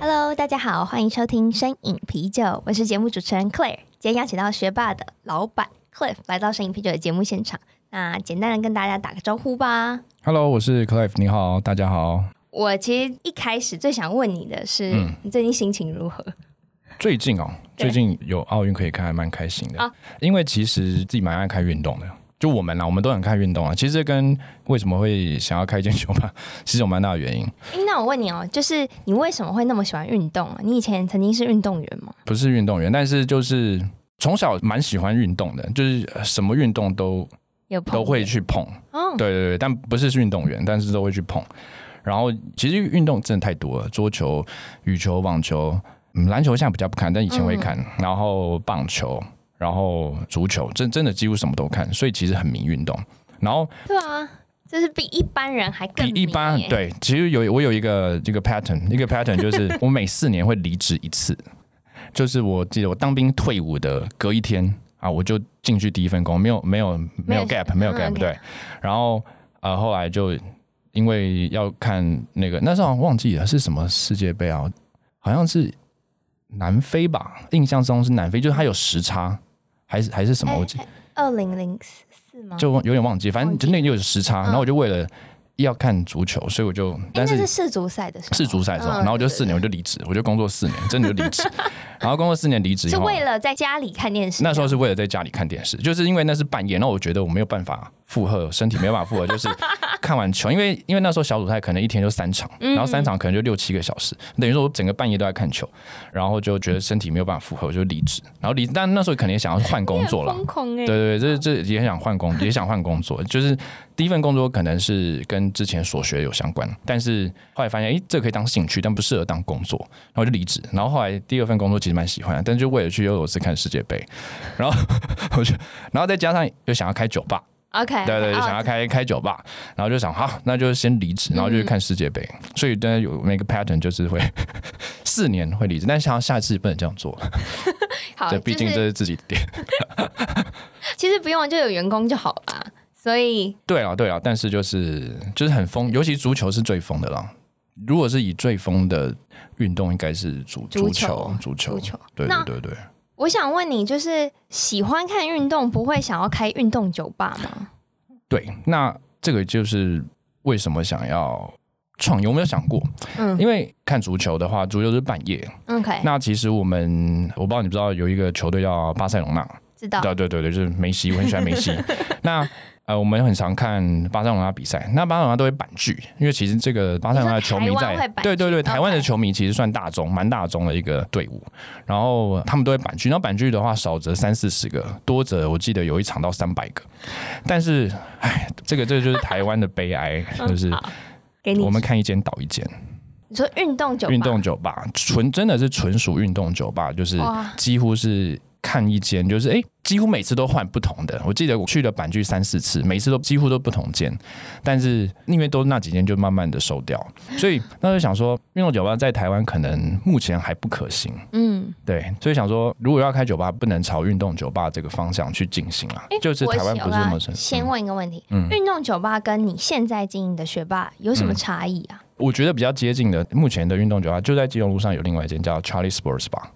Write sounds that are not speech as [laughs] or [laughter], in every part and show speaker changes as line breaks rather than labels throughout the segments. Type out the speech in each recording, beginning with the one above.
Hello，大家好，欢迎收听《深饮啤酒》，我是节目主持人 Claire。今天邀请到学霸的老板 Cliff 来到《深饮啤酒》的节目现场。那简单的跟大家打个招呼吧。
Hello，我是 Clive，你好，大
[laughs]
家好。
我其实一开始最想问你的是，
嗯
你最近心情如何？
最近哦，
对
最近有奥运可以看，还蛮开心的。
啊
因为其实自己蛮爱看运动的，就我们啦，我们都很看运动啊。其实这跟为什么会想要开一间酒吧， [laughs] 其实有蛮大的原因。
诶那我问你哦，就是你为什么会那么喜欢运动啊？你以前曾经是运动员吗？
不是运动员，但是就是从小蛮喜欢运动的，就是呃什么运动都
有碰
都会
过
去碰。
哦，
对对对，但不是运动员，但是都会去碰。然后其实运动真的太多了，桌球、羽球、网球，嗯，篮球现在比较不看，但以前会看。然后棒球，然后足球，真真的几乎什么都看，所以其实很迷运动。然后
对啊，这是比一般人还
比
更
一般
迷耶，
对，其实有我有一个这个 pattern，一个 pattern 就是 [laughs] 我每四年会离职一次，就是我记得我当兵退伍的隔一天啊，我就进去第一份工，没有没有没有 gap 没有
嗯
gap、
OK
对，然后呃后来就因为要看那个那时候好像忘记了是什么世界杯啊，好像是南非吧，印象中是南非，就是它有时差还是还是什么，我记
二零零四吗？
就有点忘记，反
哎
正
忘记嗯
就那个有时差，然后我就为了要看足球，所以我就
诶
但
那
是
是世足赛的时候，
世足赛的时候，
嗯
然后我就
对对
四年我就离职，我就工作四年，真的就
[laughs]
离职。然后工作四年离职以
是
后，啊
为了啊在家里看电视。
那时候是为了在家里看电视，就是因为那是半夜，那我觉得我没有办法负荷，身体没有办法负荷，就是
[laughs]
看完球，因为因为那时候小组赛可能一天就三场，
嗯
然后三场可能就六七个小时，等于说我整个半夜都在看球，然后就觉得身体没有办法负荷，我就离职。然后离，但那时候可能也想要换工作了
你很，疯狂哎、
对对对，这这也想换工，也想换工作。就是第一份工作可能是跟之前所学有相关，但是后来发现，诶，这可以当兴趣，但不适合当工作，然后就离职。然后后来第二份工作其实蛮喜欢的，但就为了去俄罗斯看世界杯，然后 [laughs] 我就，然后再加上又想要开酒吧，
，OK，
对对，就想要
哦
开开酒吧，然后就想好，那就先离职，然
嗯
后就去看世界杯。所以大家有那个 pattern 就是会 [laughs] 四年会离职，但是想要下次不能这样做，
好，
对，毕竟
哦就
这
是
是自己的点。
其实不用就有员工就好啦。所以
对啊，对啊，但是就是就是很疯，尤其足球是最疯的啦。如果是以最疯的运动，应该是足
足球
球，足球，
足球
对
那
对对对。
我想问你，就是喜欢看运动，不会想要开运动酒吧吗？
对，那这个就是为什么想要创业，有没有想过？
嗯哎
因为看足球的话，足球是半夜。
，OK，
那其实我们，我不知道你不知道有一个球队叫巴塞隆纳，
知道。
对对对对，就是梅西，我很喜欢梅
[laughs]
西。那呃，我们很常看巴塞罗那比赛，那巴塞罗那都会板剧，因为其实这个巴塞罗那的球迷
你说台湾会
在
板剧
对对对，台湾的
OK
球迷其实算大众，蛮大众的一个队伍。然后他们都会板剧，然后板剧的话，少则三四十个，多则我记得有一场到三百个。但是，哎，这个这个就是台湾的悲
[laughs]
哀，就是
嗯好给你
我们看一间倒一间，
你说运动酒吧，
运动酒吧纯真的是纯属运动酒吧，就是
哇
几乎是看一间，就是诶，几乎每次都换不同的。我记得我去了板剧三四次，每次都几乎都不同间，但是因为都那几间就慢慢的收掉，所以那就想说，运动酒吧在台湾可能目前还不可行，
嗯，
对，所以想说，如果要开酒吧，不能朝运动酒吧这个方向去进行啊
诶，
就是
哎我
台湾
想
不是那
要
么成。
先问一个问题，
嗯
运动酒吧跟你现在经营的学霸有什么差异啊？
我觉得比较接近的，目前的运动酒吧就在基隆路上有另外一间叫 Charlie Sports 吧，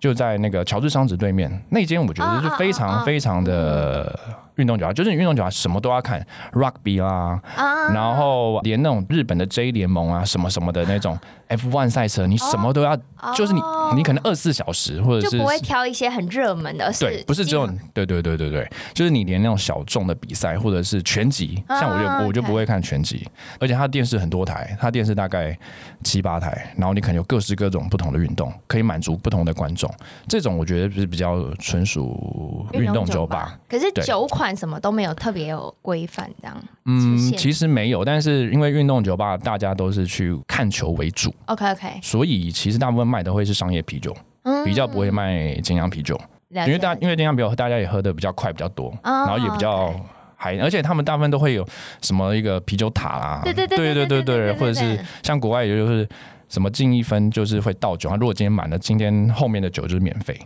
就在那个乔治商职对面那间，我觉得是非
啊啊啊
常
啊
非常的运动酒吧，就是你运动酒吧什么都要看，rugby 啦、
哦啊，
然后连那种日本的 J 联盟啊什么什么的那种 F1 赛车，你什么都要，就是你
哦
你可能二十四小时或者
就是不会挑一些很热门的，而
对
是，
不是只有对对对对对，就是你连那种小众的比赛或者是拳击，
啊
像我就、我就
OK
不会看拳击，而且它电视很多台，它电视大概七八台，然后你可能有各式各种不同的运动，可以满足不同的观众。这种我觉得是比较纯属运动酒吧，
可是
对
酒款款什么都没有特别有规范这样。
嗯
出，现
其实没有，但是因为运动酒吧大家都是去看球为主，
OK OK，
所以其实大部分卖的会是商业啤酒，
嗯
比较不会卖精酿啤酒，
了解啊
因为大因为精酿啤酒大家也喝的比较快比较多，然
哦
后也比较还，而且他们大部分都会有什么一个啤酒塔啦，
对对对
啊
对
对
对对对对
或者是像国外也就是什么进一分就是会倒酒，他如果今天满了，今天后面的酒就是免费。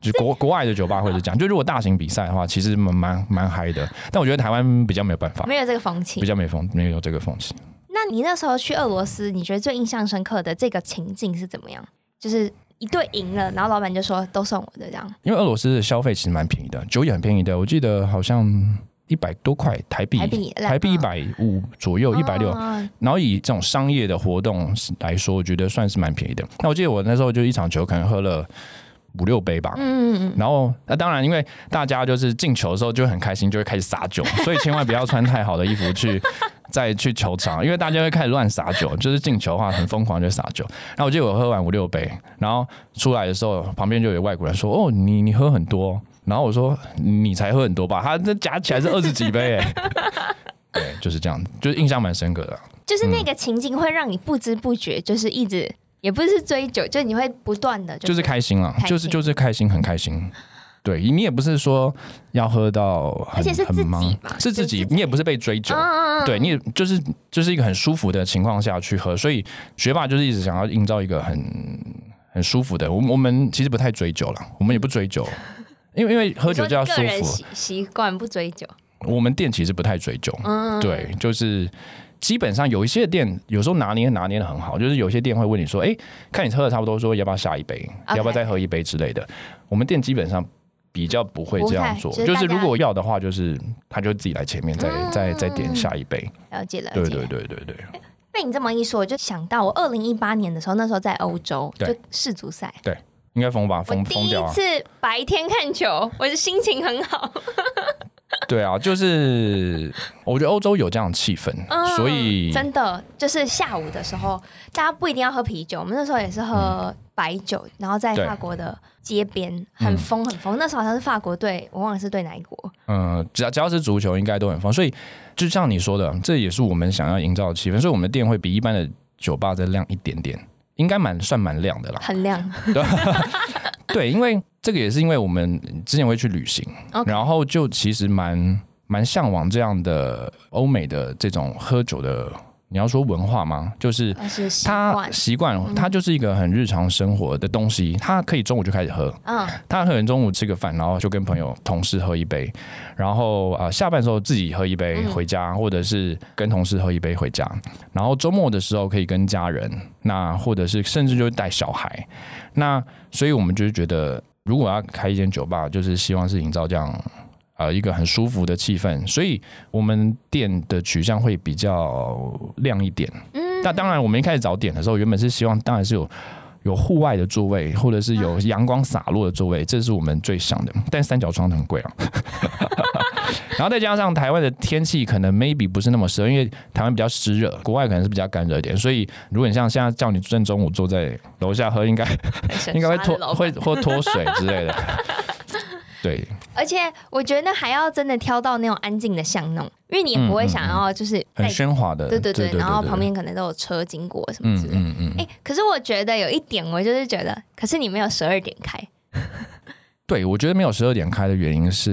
就
[laughs]
国国外的酒吧会是这样，就如果大型比赛的话，其实蛮蛮蛮嗨的，但我觉得台湾比较没有办法，
没有这个风气
比。较没风没有这个风气。
那你那时候去俄罗斯，你觉得最印象深刻的这个情境是怎么样？就是一队赢了，然后老板就说都算我的这样。
因为俄罗斯的消费其实蛮便宜的，酒也很便宜的，我记得好像一百多块台币，
台币
台币一百五左右，哦一百六。
嗯
然后以这种商业的活动来说，我觉得算是蛮便宜的。那我记得我那时候就一场球可能喝了五六杯吧。
嗯嗯，
然后，那、当然，因为大家就是进球的时候就会很开心，就会开始撒酒，所以千万不要穿太好的衣服去再去球场，因为大家会开始乱撒酒，就是进球的话很疯狂就撒酒。然后我记得我喝完五六杯，然后出来的时候，旁边就有外国人说：“哦，你你喝很多哦。”然后我说：“你才喝很多吧？”他这加起来是二十几杯哎。对，就是这样，就是印象蛮深刻的。
就是
嗯
那个情境会让你不知不觉就是一直。也不是追求，就是你会不断的，
就是开心了
开，心
就是就是开心，很开心。对你也不是说要喝到很，
而且是
很
自己
忙
嘛
是
就
自
是
己
自，己
你也不是被追酒，
嗯嗯嗯，
对，你也就是就是一个很舒服的情况下去喝，所以学霸就是一直想要营造一个很很舒服的。我们我们其实不太追酒了，我们也不
[laughs]
追酒，因为因为喝
你
酒
说
就要
你
舒
个人
服。
习习惯不追酒，
我们店其实不太追酒，
嗯，嗯，
对，就是基本上有一些店有时候拿捏拿捏的很好，就是有些店会问你说，哎、看你喝的差不多，说要不要下一杯
OK
要不要再喝一杯之类的。我们店基本上。比较不会这样做，
不太就
就
是是
如
大家
果要的话，就是他就自己来前面再、
嗯
再再点下一杯。
了解了解。
对对对对对
被你这么一说，我就想到我二零一八年的时候，那时候在欧洲
对
就世足赛，
对，应该疯吧，
我
疯
第
疯
一 [laughs]
掉啊！
次白天看球，我的心情很好。
对啊，就是我觉得欧洲有这样的气氛，
[laughs] 嗯
所以
真的就是下午的时候，大家不一定要喝啤酒，我们那时候也是
嗯
喝白酒，然后在
对
法国的街边很疯很疯。那时候好像是法国队，我忘了是对哪一国。
嗯，只要只要是足球，应该都很疯。所以就像你说的，这也是我们想要营造的气氛，所以我们的店会比一般的酒吧再亮一点点，应该蛮算蛮亮
[laughs]
的啦。
很亮，
对，因为这个也是因为我们之前会去旅行
OK
然后就其实蛮蛮向往这样的欧美的这种喝酒的，你要说文化吗？就是
但是习
他
惯，
习惯，他就是一个很日常生活的东西，他可以中午就开始喝，
嗯，
他可能中午吃个饭，然后就跟朋友、同事喝一杯，然后啊、呃下班的时候自己喝一杯
嗯
回家，或者是跟同事喝一杯回家，然后周末的时候可以跟家人，那或者是甚至就是带小孩，那所以我们就是觉呃得，如果要开一间酒吧，就是希望是营造这样。呃，一个很舒服的气氛，所以我们店的取向会比较亮一点。嗯，那当然，我们一开始找点的时候，原本是希望当然是有有户外的座位，或者是有
嗯
阳光洒落的座位，这是我们最想的。但三角窗很贵啊， [laughs] 然后再加上台湾的天气可能 maybe 不是那么适合，因为台湾比较湿热，国外可能是比较干热一点。所以如果你像现在叫你正中午坐在楼下喝，应该 [laughs] 应该
很傻
会
的
脱
老板
会或脱水之
[laughs]
类的。对，
而且我觉得还要真的挑到那种安静的巷弄，因为你也不
嗯
会想要就是
很
在
喧哗的，
对对对，然后旁边可能都有车经过什么
嗯
之类的。
嗯嗯，
哎、可是我觉得有一点，我就是觉得，可是你没有十二点开，
对，我觉得没有十二点开的原因是，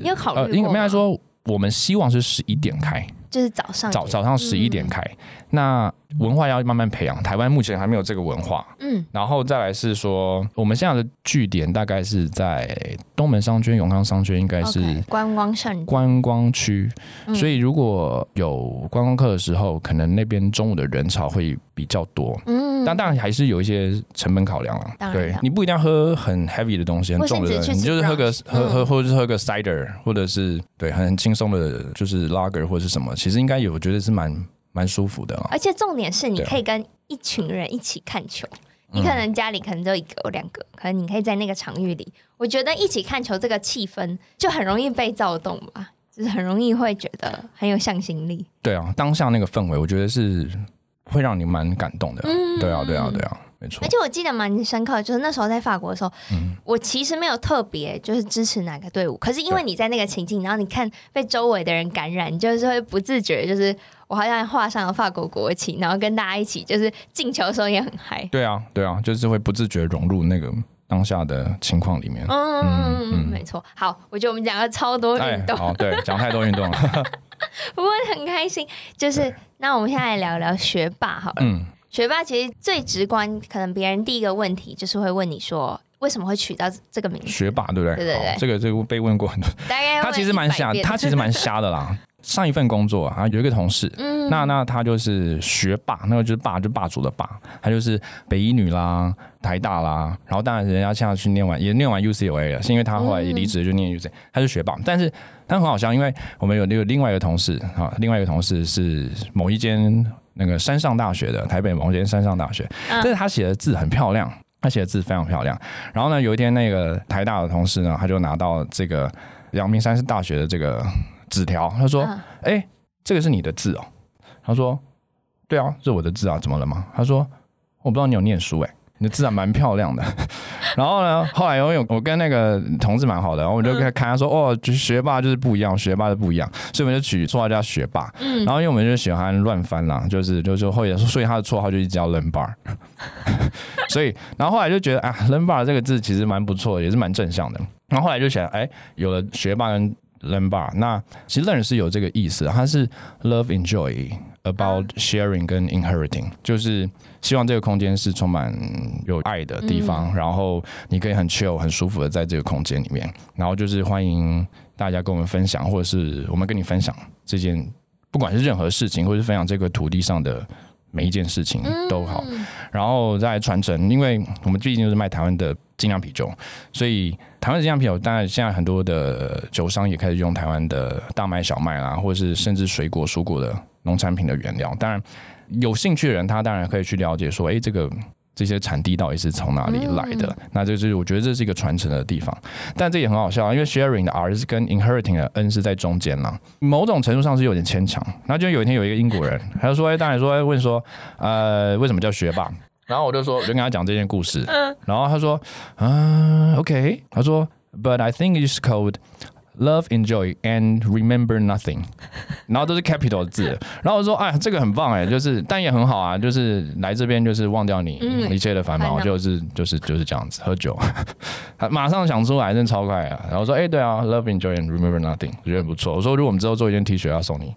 你有考虑过吗
呃应该来说，我们希望是十一点开。
就是早上
早早上十一点开。
嗯
那文化要慢慢培养，台湾目前还没有这个文化。
嗯，
然后再来是说，我们现在的据点大概是在东门商圈、永康商圈，应该
OK，
是
观光圣地，
观光区。
嗯
所以如果有观光客的时候，可能那边中午的人潮会比较多。
嗯
但当然还是有一些成本考量
当然
啊。对
当然
你不一定要喝很 heavy 的东西，很
或是
重的
只
东西，
去
你
吃
就是喝个
brunch，
喝喝，
嗯
或者是喝个 cider，或者是对很很轻松的，就是 lager 或者是什么，其实应该有，我觉得是蛮蛮舒服的啊。
而且重点是，你
对啊嗯
可以跟一群人一起看球。你可能家里可能就一个两个，可能你可以在那个场域里，我觉得一起看球这个气氛就很容易被躁动吧，就是很容易会觉得很有向心力。
对啊，当下那个氛围，我觉得是会让你蛮感动的。对啊，对啊，对啊。没
嗯
错嗯
而。且我记得蛮深刻的，就是那时候在法国的时候，我其实没有特别就是支持哪个队伍，可是因为
对
你在那个情境，然后你看被周围的人感染，你就是会不自觉，就是我好像画上了法国国旗，然后跟大家一起就是进球的时候也很嗨。
对啊，对啊，就是会不自觉融入那个当下的情况里面。
嗯嗯嗯
嗯
嗯，没错。好，我觉得我们讲了超多运动，
哎好，对，讲太多运动了。 [laughs]
不过很开心。就是那我们现在来聊聊学霸好了。
嗯，
学霸其实最直观，可能别人第一个问题就是会问你说为什么会取到这个名字？
学霸对不对？
对对对
好这个这个被问过很多，
大概
他其实蛮瞎
想，，
他其实蛮瞎的啦。上一份工作啊，有一个同事，
嗯
那那他就是学霸，那个就是霸，就霸主的霸，他就是北医女啦、台大啦，然后当然人家现在去念完也念完 UCLA 了，是因为他后来也
嗯
离职就念 UCLA，、他是学霸，但是他很好笑，因为我们有那个另外一个同事啊，另外一个同事是某一间那个山上大学的，台北某一间山上大学，
嗯
但是他写的字很漂亮。他写的字非常漂亮，然后呢，有一天那个台大的同事呢，他就拿到这个阳明山大学的这个纸条，他说：“
嗯
哎、这个是你的字哦。”他说：“对啊，这是我的字啊，怎么了吗？”他说：“我不知道你有念书哎、你的字啊蛮漂亮的。” [laughs] 然后呢，后来我有我跟那个同事蛮好的，然后我就跟他看他说：“哦，就是学霸就是不一样，学霸就不一样。”所以我们就取绰号叫学霸。
嗯
然后因为我们就喜欢乱翻啦，就是就是后来所以他的绰号就一直叫 l e n b a r 所以然后后来就觉得啊 l e n b a r 这个字其实蛮不错的，也是蛮正向的。然后后来就想，哎，有了学霸跟 l e n b a r 那其实 learn 是有这个意思，它是 love enjoy about sharing 跟 inheriting，就是希望这个空间是充满有爱的地方，然后你可以很 chill 很舒服的在这个空间里面，然后就是欢迎大家跟我们分享，或者是我们跟你分享这件，不管是任何事情，或是分享这个土地上的每一件事情
嗯
都好，然后再来传承，因为我们毕竟就是卖台湾的精酿啤酒，所以台湾的精酿啤酒，当然现在很多的酒商也开始用台湾的大麦、小麦啦，或者是甚至水果、蔬果的农产品的原料。当然，有兴趣的人他当然可以去了解说，诶，这个这些产地到底是从哪里来的？那这就是我觉得这是一个传承的地方。但这也很好笑啊，因为 sharing 的 R 是跟 inheriting 的 N 是在中间啦，某种程度上是有点牵强。然后就有一天有一个英国人，他就说，诶，当然说诶问说，呃，为什么叫学霸？然后我就说，我就跟他讲这件故事，然后他说，啊，OK，他说，But I think it's called love, enjoy and remember nothing，然 [laughs] 后都是 capital 的字，然后我说，哎，这个很棒哎，就是但也很好啊，就是来这边就是忘掉你
嗯
一切的烦恼，
烦恼
就是就是就是这样子喝酒， [laughs] 他马上想出来，真的超快啊，然后说，哎，对啊，love, enjoy and remember nothing，我觉得很不错，我说如果我们之后做一件 T 恤要送你，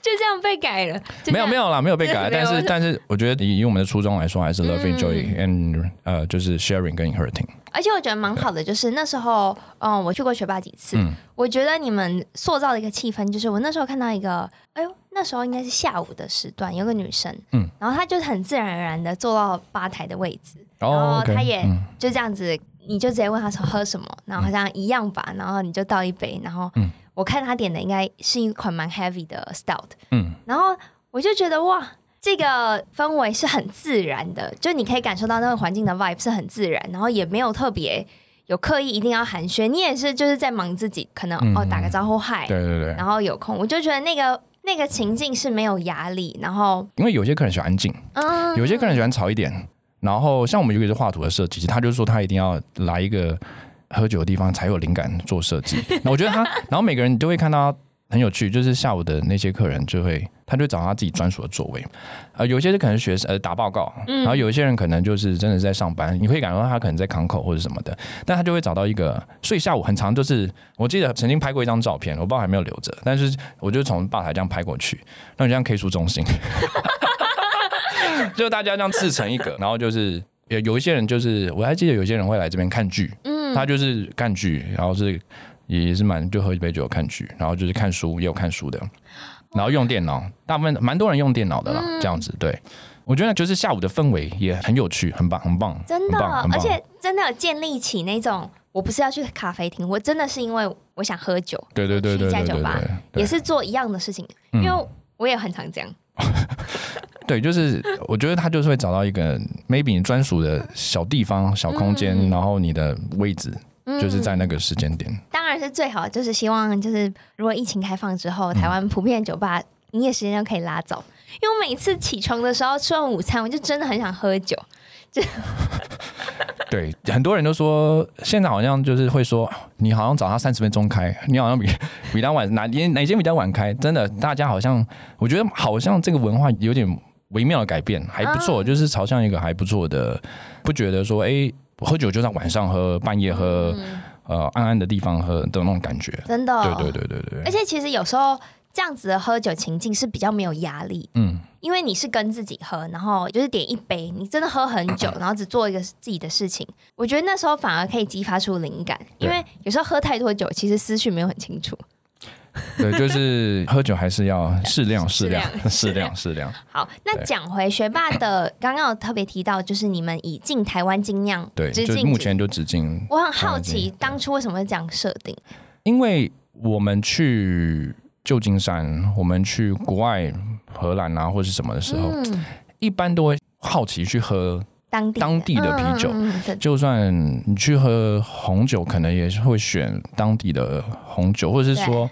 就这样被改了，就这
没
样
有没有啦，没有被改，啊
没
但
有
是但是我觉得以以我们的初衷来说，还是 love,
嗯
enjoy and 呃就是 sharing 跟 inheriting，
而且我觉得蛮好的，就是那时候，嗯，我去过学霸几次，
嗯
我觉得你们塑造的一个气氛，就是我那时候看到一个，哎呦，那时候应该是下午的时段，有个女生，
嗯
然后她就很自然而然的坐到吧台的位置，然
哦
后
OK，
他也
嗯
就这样子，你就直接问他说喝什么，然后好像一样吧，然后你就倒一杯，然后
嗯
我看他点的应该是一款蛮 heavy 的 stout，
嗯，
然后我就觉得哇，这个氛围是很自然的，就你可以感受到那个环境的 vibe 是很自然，然后也没有特别有刻意一定要寒暄，你也是就是在忙自己，可能、
嗯
哦打个招呼嗨，
对对对，
然后有空，我就觉得那个那个情境是没有压力，然后
因为有些客人喜欢安静，
嗯，
有些客人喜欢吵一点。然后像我们有一个画图的设计师，他就说他一定要来一个喝酒的地方才有灵感做设
[laughs]
计。那我觉得他，然后每个人都会看到很有趣，就是下午的那些客人就会，他就找他自己专属的座位。呃，有些是可能学生呃打报告，
嗯
然后有一些人可能就是真的是在上班，你会感觉到他可能在港口或者什么的，但他就会找到一个，所以下午很长就是，我记得曾经拍过一张照片，我不知道还没有留着，但是我就从吧台这样拍过去，那你像 K 书中心， [laughs] 就大家这样自成一格，然后就是有有一些人就是我还记得有些人会来这边看剧，嗯，他就是看剧，然后是也是蛮就喝一杯酒看剧，然后就是看书也有看书的，然后用电脑，大部分蛮多人用电脑的啦，
嗯
这样子对。我觉得就是下午的氛围也很有趣，很棒，很棒，
真的
很棒，很，棒
而且真的有建立起那种，我不是要去咖啡厅，我真的是因为我想喝酒，
对对对对
去一
对
家
对
酒吧
对，对
也是做一样的事情，
嗯
因为我也很常这样。
对，就是我觉得他就是会找到一个 maybe 你专属的小地方、小空间，然后你的位置就是在那个时间点。
当然是最好，就是希望就是如果疫情开放之后，台湾普遍酒吧营业时间都可以拉早，因为我每次起床的时候吃完午餐，我就真的很想喝酒。
对，很多人都说现在好像就是会说，你好像早上三十分钟开，你好像比比他晚哪哪哪间比较晚开，真的，大家好像我觉得好像这个文化有点微妙的改变，还不错，就是朝向一个还不错的，不觉得说哎、喝酒就在晚上喝，半夜喝，呃暗暗的地方喝的那种感觉。
真的，
对对。对对对
而且其实有时候这样子的喝酒情境是比较没有压力，
嗯，
因为你是跟自己喝，然后就是点一杯，你真的喝很久，然后只做一个自己的事情。我觉得那时候反而可以激发出灵感，因
对
为有时候喝太多酒，其实思绪没有很清楚。
[laughs] 对，就是喝酒还是要适量、适量、
[laughs] 适
适
量
量、适量。
好，那
对
讲回学霸的，刚刚有特别提到，就是你们以进台湾精酿
对，
直
就是
进
目
制
前就只进
我很好
台湾
奇，
精
当初为什么会这样设定？
因为我们去旧金山，我们去国外荷兰啊，或是什么的时候，
嗯，
一般都会好奇去喝。
当地
当地的啤酒
嗯嗯嗯对
[laughs] 就算你去喝红酒，可能也是会选当地的红酒，或者是说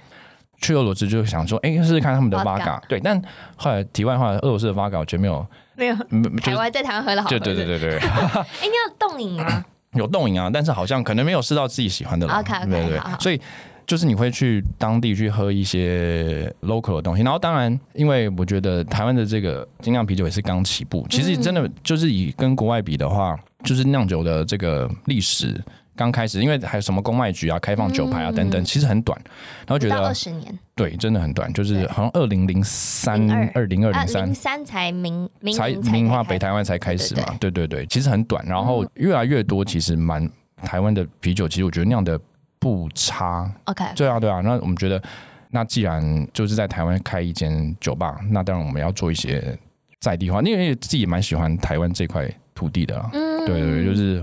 去俄罗斯就想说，哎、试试看他们的 v
Vodka
a g a 对，但后来题外话，俄罗斯的 v a g a 我觉得没有，
没有
嗯就
台
是
湾在台湾喝了好喝，
对对对对对，
哎，你有冻饮吗？
有冻饮啊，但是好像可能没有试到自己喜欢的啦。
OK，OK，
对对对
好好
所以就是你会去当地去喝一些 local 的东西，然后当然，因为我觉得台湾的这个精酿啤酒也是刚起步，其
嗯
实真的就是以跟国外比的话，就是酿酒的这个历史刚开始，因为还有什么公卖局啊、开放酒牌啊等等，其实很短，然后
嗯
觉
不到
得啊
二十年，
对，真的很短，就是好像二零零三、二零二
啊，
零三
零。三才明明
才
明才嗯
明化
开
北台湾才开始嘛，对对对，其实很短，然后越来越多，其实蛮台湾的啤酒，其实我觉得酿的不差，
OK，
对啊对啊，那我们觉得，那既然就是在台湾开一间酒吧，那当然我们要做一些在地化，因为自己也蛮喜欢台湾这块土地的啊，
嗯
对对对，就是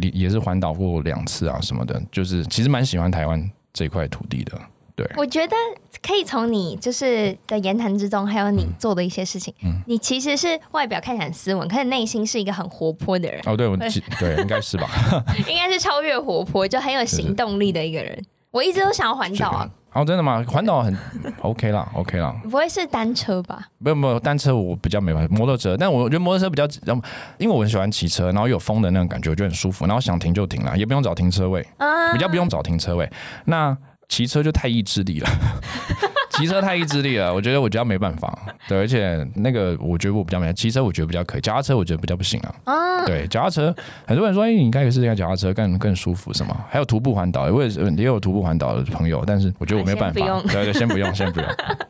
也也是环岛过两次啊什么的，就是其实蛮喜欢台湾这块土地的，
我觉得可以从你就是的言谈之中，还有你
嗯
做的一些事情，你其实是外表看起来很斯文，可是内心是一个很活泼的人，
哦，对我记对应该
[laughs]
是吧，
应该是超越活泼，就很有行动力的一个人。我一直都想要环岛啊，
哦真的吗？环岛很 OK 啦，OK 啦，
不会是单车吧？
没有没有，单车我比较没办法，摩托车，但我觉得摩托车比较，因为我很喜欢骑车，然后有风的那种感觉，我觉得很舒服，然后想停就停了，也不用找停车位，
啊，
比较不用找停车位。那骑车就太意志力了， [laughs] 骑车太意志力了，我觉得我比较没办法。对，而且那个我觉得我比较没，骑车我觉得比较可以，脚踏车我觉得比较不行啊。
啊，
对，脚踏车，很多人说，哎、你应该也是这样脚踏车更更舒服什么？还有徒步环岛，我也是也有徒步环岛的朋友，但是我觉得我没有办
哎先不
法
用。
对对，先不用，先不用。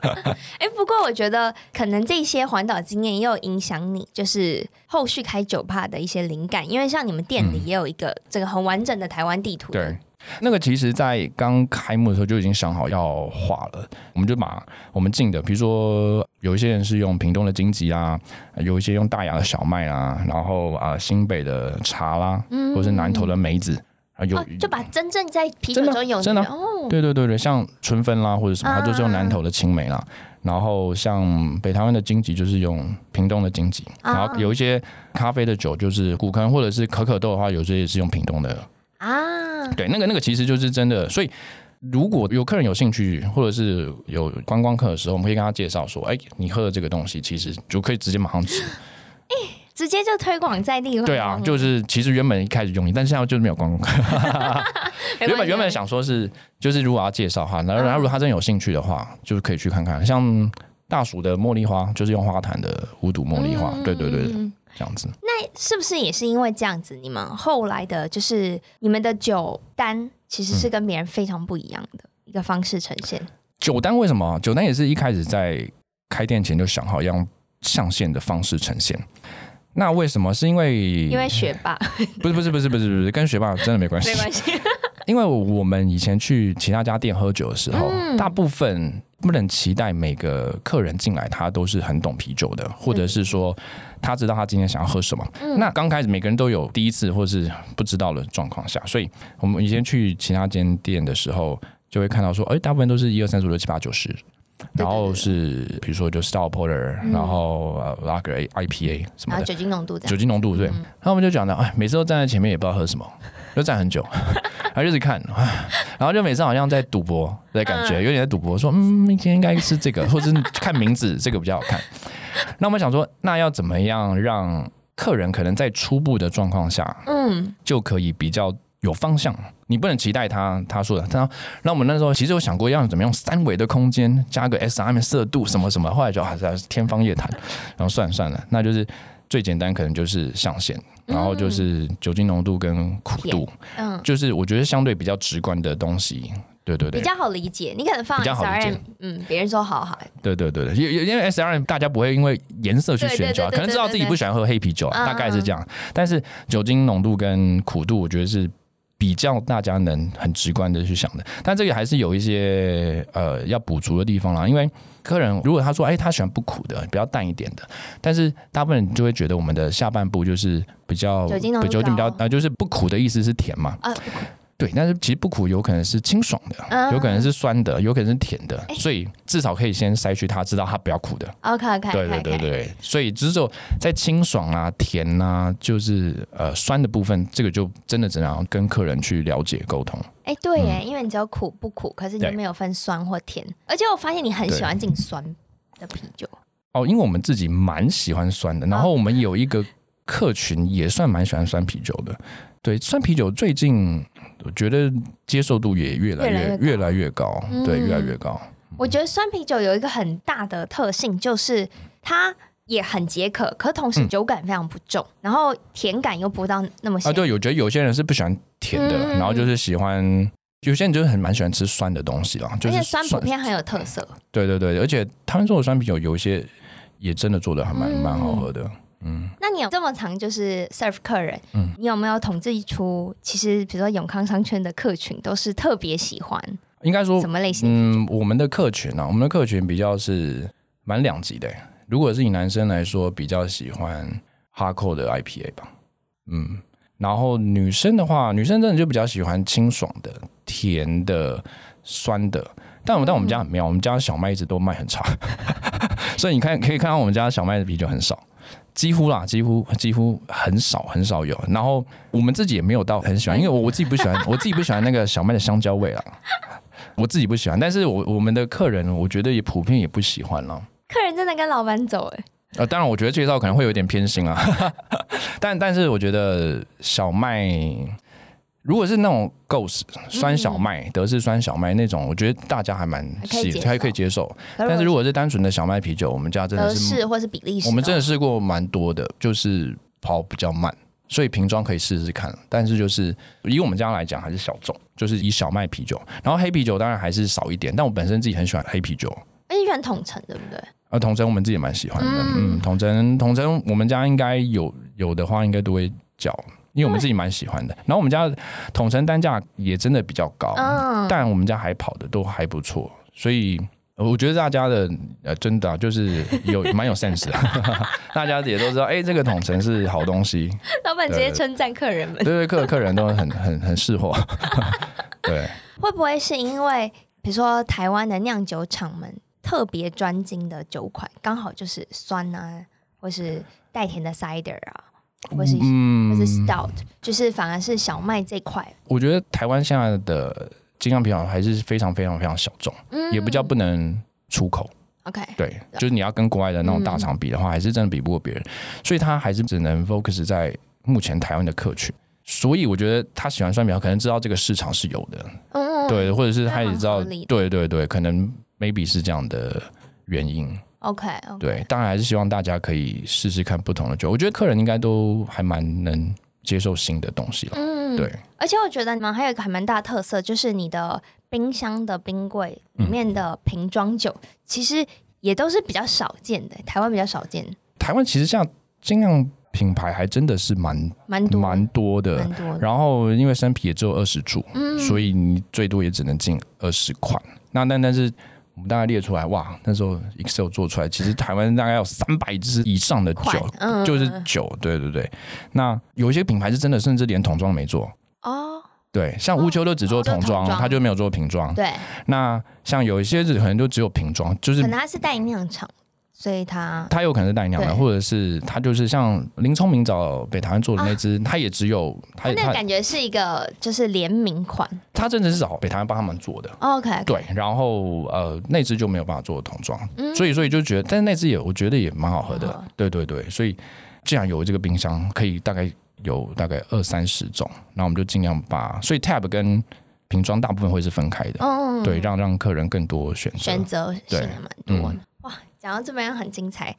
哎、不过我觉得可能这些环岛经验也有影响你，就是后续开酒吧的一些灵感，因为像你们店里也有一个这个很完整的台湾地图，
对，，那个其实，在刚开幕的时候就已经想好要画了，我们就把我们进的，比如说有一些人是用屏东的荆棘啊，有一些用大雅的小麦啊，然后啊、新北的茶啦，
嗯
或是南投的梅子啊，有、
哦，就把真正在啤酒
真的
中有
真的
哦，
对对对对，像春分啦或者什么，它就是用南投的青梅啦。
哦
然后像北台湾的荆棘就是用屏东的荆棘，
啊
然后有一些咖啡的酒就是古坑或者是可可豆的话，有些也是用屏东的
啊，
对，那个那个其实就是真的，所以。如果有客人有兴趣，或者是有观光客的时候，我们可以跟他介绍说：“哎、你喝的这个东西，其实就可以直接马上吃。
直接就推广在地”化。
对啊，就是其实原本一开始用你，但现在就是没有观光客。
没关系
[laughs]
啊
原本原本想说是，就是如果要介绍哈，然后然后如果他真的有兴趣的话，就是可以去看看。像大蜀的茉莉花，就是用花坛的无毒茉莉花，对对对，
嗯
这样子。
是不是也是因为这样子，你们后来的就是你们的酒单其实
嗯
是跟别人非常不一样的一个方式呈现？
酒单为什么？酒单也是一开始在开店前就想好要用上线的方式呈现。那为什么？是因为
因为学
[laughs]
霸
不是不是不是不是啊不是跟学霸真的没关系
没，关
[laughs]
系，
因为我们以前去其他家店喝酒的时候，
嗯
大部分不能期待每个客人进来他都是很懂啤酒的，或者是说他知道他今天想要喝什么。
嗯
那刚开始每个人都有第一次或是不知道的状况下，所以我们以前去其他间店的时候，就会看到说，哎、大部分都是一二三四五六七八九十。
对对嗯
然后是比如说就 Stout Porter，、然后呃 Lager IPA 什
然
么的
后，酒精浓度这
酒
样。嗯
精浓度对。然后我们就讲到，哎，每次都站在前面也不知道喝什么，
[laughs]
就站很久，然后就是看， [laughs] 哎然后就每次好像在赌嗯 [laughs] 博的感觉，有点在赌博，说嗯，今天应该是这个，或者是看名字这个比较好看。那我们想说，那要怎么样让客人可能在初步的状况下
嗯，
就可以比较有方向？你不能期待他他说的，他那我们那时候其实有想过要怎么用三维的空间加个 S R M 色度什么什么，后来就啊这天方夜谭，然后算了算了，那就是最简单可能就是上限，然后就是酒精浓度跟苦度，
嗯
就是我觉得相对比较直观的东西。对对对
比，较好理解。你可能放
比较好理解
SRM，嗯，别人说好好，
对对对对，因为因为 S R M 大家不会因为颜色去选酒
对对对对对
啊，
嗯
可能知道自己不喜欢喝黑啤酒啊，
对对对
大概是这样。但是酒精浓度跟苦度，我觉得是比较大家能很直观的去想的。但这个还是有一些呃要补足的地方啦，因为客人如果他说哎他喜欢不苦的，比较淡一点的，但是大部分人就会觉得我们的下半部就是比较
酒精浓度
酒精比较
高
呃就是不苦的意思是甜嘛，
啊，
对，但是其实不苦有可能是清爽的，
嗯哎
有可能是酸的，有可能是甜的，所以至少可以先筛去它，知道它不要苦的。
OK OK，
对对对对，所以只有在清爽啊、甜啊，就是呃酸的部分，这个就真的只能跟客人去了解沟通。
哎，对耶，因为你只有苦不苦，可是你
嗯对
没有分酸或甜，而且我发现你很喜欢进酸的啤酒，
哦，因为我们自己蛮喜欢酸的，
嗯
然后我们有一个客群也算蛮喜欢酸啤酒的。对，酸啤酒最近我觉得接受度也越来
越来
越
越高
越来越高，对，
嗯
越来越高。
我觉得酸啤酒有一个很大的特性，就是它也很解渴，可同时酒感非常不重，然后甜感又不到那么
嗯啊，
鲜。
对，我觉得有些人是不喜欢甜的，
嗯
然后就是喜欢。有些人就是很蛮喜欢吃酸的东西啦，就
而且
是嗯
酸普遍很有特色，
对对对，而且他们做的酸啤酒有一些也真的做的还蛮
嗯
蛮、好喝的。嗯，
那你有这么长就是 serve 客人，你有没有统计出其实比如说永康商圈的客群都是特别喜欢
应该说
什，么类型？
嗯，我们的客群啊，我们的客群比较是蛮两极的欸。如果是以男生来说，比较喜欢哈扣的 IPA 吧，嗯，然后女生的话，女生真的就比较喜欢清爽的、甜的、酸的。但我们但
嗯
我们家很妙，我们家小麦一直都卖很差， [laughs] 所以你看可以看到我们家小麦的啤酒很少，几乎啦，几乎几乎很少很少有。然后我们自己也没有到很喜欢，因为我我自己不喜欢，我自己不喜欢那个小麦的香蕉味啦，我自己不喜欢。但是我我们的客人，我觉得也普遍也不喜欢啦。
客人真的跟老板走哎、
呃，当然，我觉得介绍可能会有点偏心啊， [laughs] 但但是我觉得小麦，如果是那种 Ghost 酸小麦、德式酸小麦那种，我觉得大家还蛮
还可以
喜
接
还
受
可以接受。
可
但是如果是单纯的小麦啤酒，我们家真的
德
是
式或是比利时哦的话，
我们真的试过蛮多的，就是跑比较慢，所以瓶装可以试试看。但是就是以我们家来讲，还是小众，就是以小麦啤酒，然后黑啤酒当然还是少一点。但我本身自己很喜欢黑啤酒，
而且喜欢统称，对不对？
啊，童真我们自己也蛮喜欢的，
嗯
嗯，童真童真我们家应该有有的话应该都会叫，因为我们自己蛮喜欢的。然后我们家统称单价也真的比较高，
嗯，
但我们家还跑的都还不错，所以呃我觉得大家的呃真的啊、就是有蛮有 sense 的， [laughs] 大家也都知道，哎、这个统称是好东西，
老板直接称赞客人们
对，对，客客人都很很很识货，对，
会不会是因为比如说台湾的酿酒厂们特别专精的酒款，刚好就是酸啊，或是带甜的 cider 啊，或是、
嗯
或是 stout，就是反而是小麦这块，
我觉得台湾现在的精酿啤酒还是非常非常非常小众，
嗯
也不叫不能出口。
OK，
对，就是你要跟国外的那种大厂比的话，还是真的比不过别人，所以他还是只能 focus 在目前台湾的客群。所以我觉得他喜欢酸苗，可能知道这个市场是有的，
嗯，嗯
对，或者是
那
他也
蛮
知道
合理的，
对对对，可能 maybe 是这样的原因。
嗯，OK，, o k
对，当然还是希望大家可以试试看不同的酒，我觉得客人应该都还蛮能接受新的东西了。
嗯，
对，
而且我觉得你嗯们还有一个还蛮大的特色，就是你的冰箱的冰柜里面的瓶装酒，其实也都是比较少见的，台湾比较少见，
台湾其实像精酿品牌还真的是蛮
蛮多
蛮多的，
蛮多的。嗯
然后因为生啤也只有二十注，所以你最多也只能进二十款。那但但是我们大概列出来，哇，那时候 Excel 做出来，其实台湾大概有三百支以上的
款
酒，，
嗯
就是
嗯
酒，对对对。那有一些品牌是真的，甚至连桶装都没做。
哦，
对，像乌秋都只做
哦就
桶
桶
装，
装
它就没有做瓶装。
对，
那像有一些可能就只有瓶装，就是
可能它是代酿厂所以他
他有可能是带娘的，
对
或者是他就是像林聪明找北台湾做的那只，他也只有他
他啊哦那个
他
感觉是一个就是联名款哦
他真的是找北台湾帮他们做的，
，OK，
对，然后呃那只就没有办法做童装，
嗯
所以所以就觉得，但是那只也我觉得也蛮好喝的，
哦
对对对，所以既然有这个冰箱，可以大概有大概二三十种，那我们就尽量把，所以 tab 跟瓶装大部分会是分开的，
嗯，
对，让呃嗯让客人更多选择。
选择性还蛮多的。哇，讲到这边很精彩。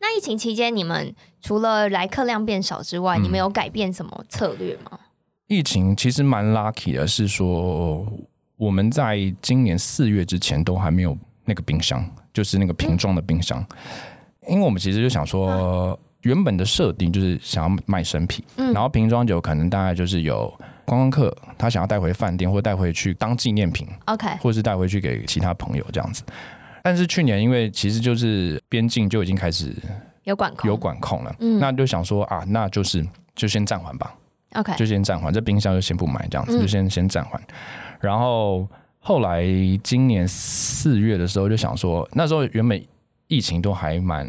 那疫情期间，你们除了来客量变少之外，
嗯
你们有改变什么策略吗？
疫情其实蛮 lucky 的，是说我们在今年四月之前都还没有那个冰箱，就是那个瓶装的冰箱，因为我们其实就想说，原本的设定就是想要卖生啤，
嗯
然后瓶装酒可能大概就是有观光客他想要带回饭店或带回去当纪念品，
OK，
或是带回去给其他朋友这样子。但是去年因为其实就是边境就已经开始
有管控，
有管控了，
嗯
那就想说啊，那就是就先暂缓吧。
OK，
就先暂缓，这冰箱就先不买，这样子
哎嗯
就先先暂缓。然后后来今年四月的时候就想说，那时候原本疫情都还蛮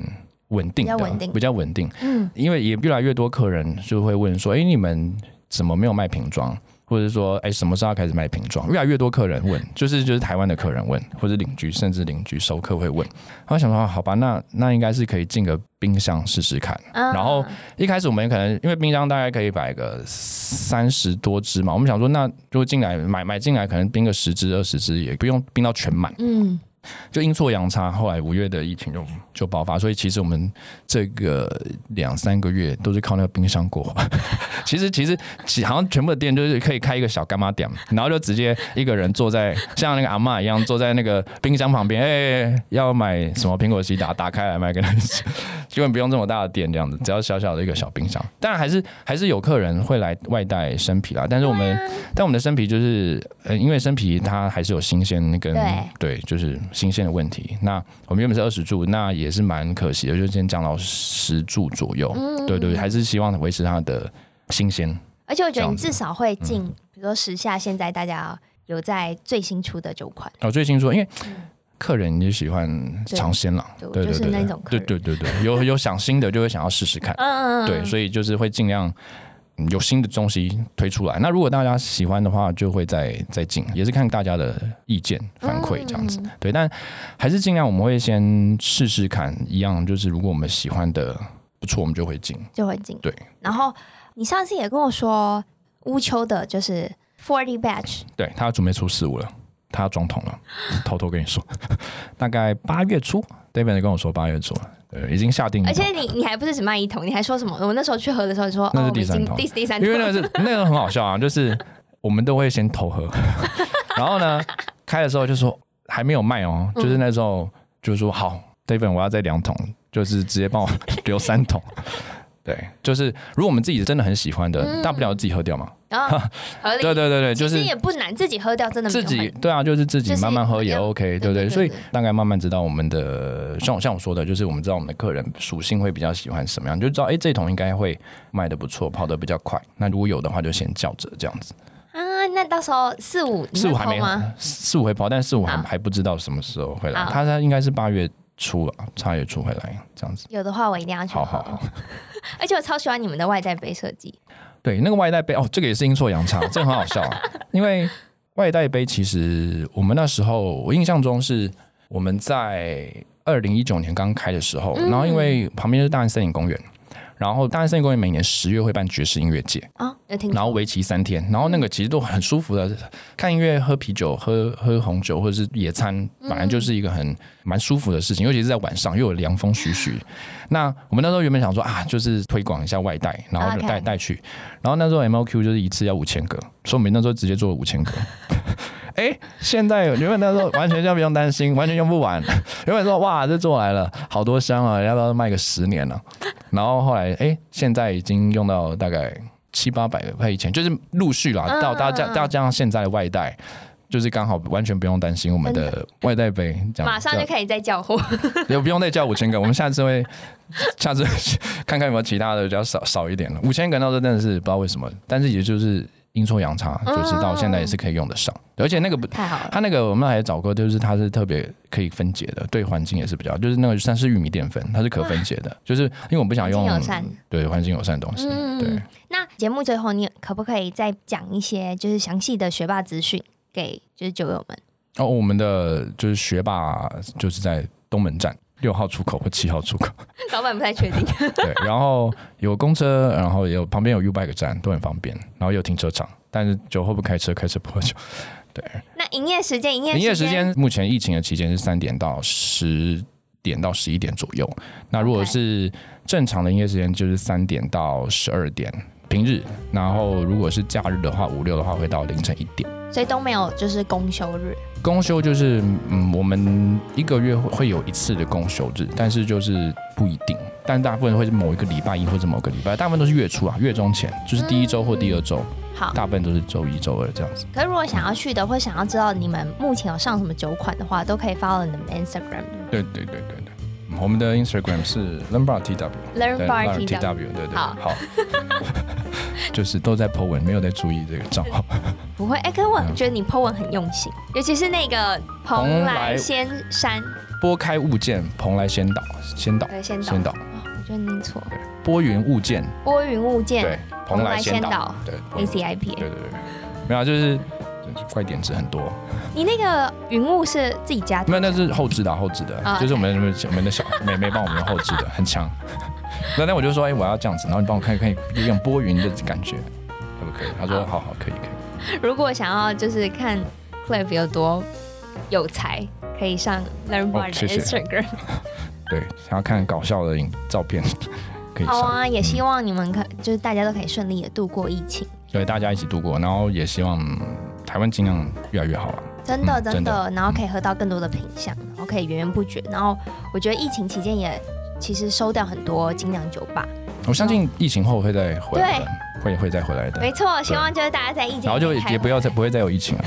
稳定的，
比较稳定
比较稳定
嗯
因为也越来越多客人就会问说，哎、你们怎么没有卖瓶装？或者说，哎、什么时候要开始卖瓶装？越来越多客人问，就是就是台湾的客人问，或者邻居，甚至邻居熟客会问。然后想说，啊好吧，那那应该是可以进个冰箱试试看。
嗯
然后一开始我们可能因为冰箱大概可以摆个三十多只嘛，我们想说那如果进来买买进来，可能冰个十只二十只也不用冰到全满，
嗯，
就阴错阳差，后来五月的疫情就就爆发，所以其实我们这个两三个月都是靠那个冰箱过活。 [laughs] 其实其实其好像全部的店就是可以开一个小干妈店，然后就直接一个人坐在像那个阿嬷一样坐在那个冰箱旁边，哎、要买什么苹果西打打开来卖给他吃，基本不用这么大的店这样子，只要小小的一个小冰箱。当然还是还是有客人会来外带生啤啦，但是我们、但我们的生啤就是，呃，因为生啤它还是有新鲜跟
对
就是新鲜的问题。那我们原本是二十注，那也是蛮可惜的，就先降到十注左右。
嗯
对对，还是希望维持它的新鲜。
而且我觉
这
得
样
你
子嗯
至少会进，比如说时下现在大家有在最新出的酒款，
我最清楚，因为客人也喜欢尝鲜啦，
对
对
就
对
是
对
那种客
对
人
对对对，有有想新的就会想要试试看。
嗯嗯，
对，所以就是会尽量嗯有新的东西推出来。那如果大家喜欢的话，就会再再进，也是看大家的意见反
嗯
馈这样子。对，但还是尽量我们会先试试看，一样就是如果我们喜欢的不错，我们就会进。
就会进。
对，
然后你上次也跟我说乌秋的就是 Forty Batch，
对他准备出事务了，他要装桶了，偷偷跟你说， [laughs] 大概八月初，David 跟我说八月初，呃，已经下定一
而
桶
且你你还不是只卖一桶，你还说什么？我那时候去喝的时候你说
那
哦，
是
我们
第
已
三
经
桶
第第三桶，
因为那是那个很好笑啊，就是我们都会先偷喝， [laughs] 然后呢，开的时候就说还没有卖哦，
嗯
就是那时候就说好，David 我要再两桶，就是直接帮我 [laughs] 留三桶。对，就是如果我们自己真的很喜欢的，大不了自己喝掉嘛。
然
[laughs]
后合
对
嗯理，
对对对，就
其
是
实也不难，自己喝掉真的没
自
有
己
很
对啊，就是自己
就是
慢慢喝也
要
OK，对
对
不对？
对
所以
对
大概慢慢知道我们的，像我像我说的，就是我们知道我们的客人属性会比较喜欢什么样，就知道哎，这桶应该会卖的不错，跑得比较快。那如果有的话，就先叫着这样子。
啊。那到时候四五你
四五
会
还没
偷吗？
四五会跑，但四五还
好
还不知道什么时候会来。
好
他他应该是八月初吧，八月初会来这样子。
有的话我一定要去
好
喝。
好好，
[laughs] 而且我超喜欢你们的外在杯设计，
对，那个外带杯哦，这个也是阴错阳差，这个很好笑啊。因为外带杯其实我们那时候，我印象中是我们在二零一九年刚开的时候，然后因为旁边就是大安森林公园，然后大安森林公园每年十月会办爵士音乐节，
啊，有听
然后
说？
为期三天，然后那个其实都很舒服的，看音乐、喝啤酒、喝喝红酒或者是野餐，反正就是一个很蛮舒服的事情，尤其是在晚上又有凉风徐徐。那我们那时候原本想说啊，就是推广一下外带，然后就
OK
带带去，然后那时候 MOQ 就是一次要五千个，所以我们那时候直接做了五千个。 [laughs] 哎、现在原本那时候完全就不用担心，完全用不完。原本说哇，这做来了好多箱啊，要不要卖个十年
[laughs]
呢、然后后来哎、现在已经用到大概七八百块以前，就是陆续啦，
嗯
到大家
嗯嗯
大家加上现在的外带，就是刚好完全不用担心我们的外带杯这样，
嗯马 [laughs] 上就可以再叫
[laughs]
货，
也不用再叫五千个，我们下次会下次看看有没有其他的比较少少一点了。五千个那时候真的是不知道为什么，但是也就是阴错阳差，
嗯
就知道现在也是可以用得上。而且那个不，
太好了，
它那个我们还找过，就是它是特别可以分解的，对环境也是比较，就是那个算是玉米淀粉，它是可分解的，就是因为我们不想用嗯
环境友善
对环境友善的东西，
嗯
对。
那节目最后，你可不可以再讲一些就是详细的学霸资讯给就是酒友
[laughs]
们？
哦，我们的就是学霸就是在东门站六号出口或七号出口， [laughs]
老板不太确定，
对，然后有公车，然后也有旁边有 U Bike 站，都很方便，然后也有停车场，但是酒后不开车，开车不喝酒。
那营业时间，营业
营业时
时
间目前疫情的期间是三点到十点到十一点左右，那如果
OK
是正常的营业时间就是三点到十二点。平日，然后如果是假日的话，五六的话会到凌晨一点。
所以都没有就是公休日。
公休就是，嗯，我们一个月会会有一次的公休日，但是就是不一定，但大部分会是某一个礼拜一或者某个礼拜，大部分都是月初啊，月中前，就是第一周或第二周，
好，
大部分都是周一、周二这样子。
可是如果想要去的，或想要知道你们目前有上什么酒款的话，都可以 follow 你们的 Instagram
对对对对对，嗯我们的 Instagram 是 Lembar TW。
Learn Bar
T
T W。
W，对对，
好
好 [laughs] 就是都在 po 文，没有在注意这个账
[laughs]
号。
不会，哎、可是我
嗯
觉得你 po 文很用心，尤其是那个蓬莱
莱
仙山，
拨开物件，蓬莱仙岛，仙岛，
对，仙岛，
仙岛，
哦我觉得你错，
对，拨云物件，
拨云雾见
对，蓬莱仙
蓬莱
岛，对拨云
A C I P，
对对对，对没有啊，就是就是怪点子很多，
你那个云雾是自己加
没
的，
有，那是后置的啊、后置的，
哦
就是我们我们的小 [laughs] 妹妹帮我们后置的，很强。那那我就说，哎、我要这样子，然后你帮我看一看，有点拨云的感觉，可不可以？他说，好好，可以可以。
如果想要就是看 Cliff 有多有才，可以上 Learn
哦
Bar
谢
的
谢
Instagram。
对，想要看搞笑的影照片，可以上。
好啊，也希
望、
望你们可就是大家都可以顺利的度过疫情，
对大家一起度过，然后也希望嗯台湾尽量越来越好啊。
真的
嗯
真
真
的
的，
然后可以喝到更多的品相，然后可以源源不绝，然后我觉得疫情期间也其实收掉很多精酿酒吧，
我相信疫情后会再回来的，会会再回来的。
没错，希望就是大家在疫情
然后就
里面
也不要
开
再不会再有疫情了，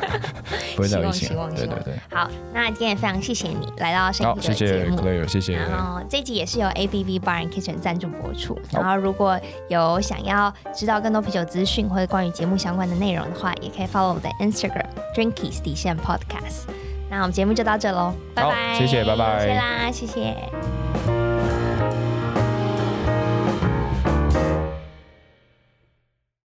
[laughs] 不会再有疫情
希
了
望。希
对
望
对对。
好，那今天也非常谢谢你来到身
好，
体
谢
的节
谢
目。
Claire，谢谢。
然后这集也是由 A B B Bar and Kitchen 赞助播出。然后如果有想要知道更多啤酒资讯或者关于节目相关的内容的话，也可以 follow 我的 Instagram Drinkies 底线 Podcast。那我们节目就到这喽，拜
好
拜。
谢谢拜拜
谢啦，谢谢。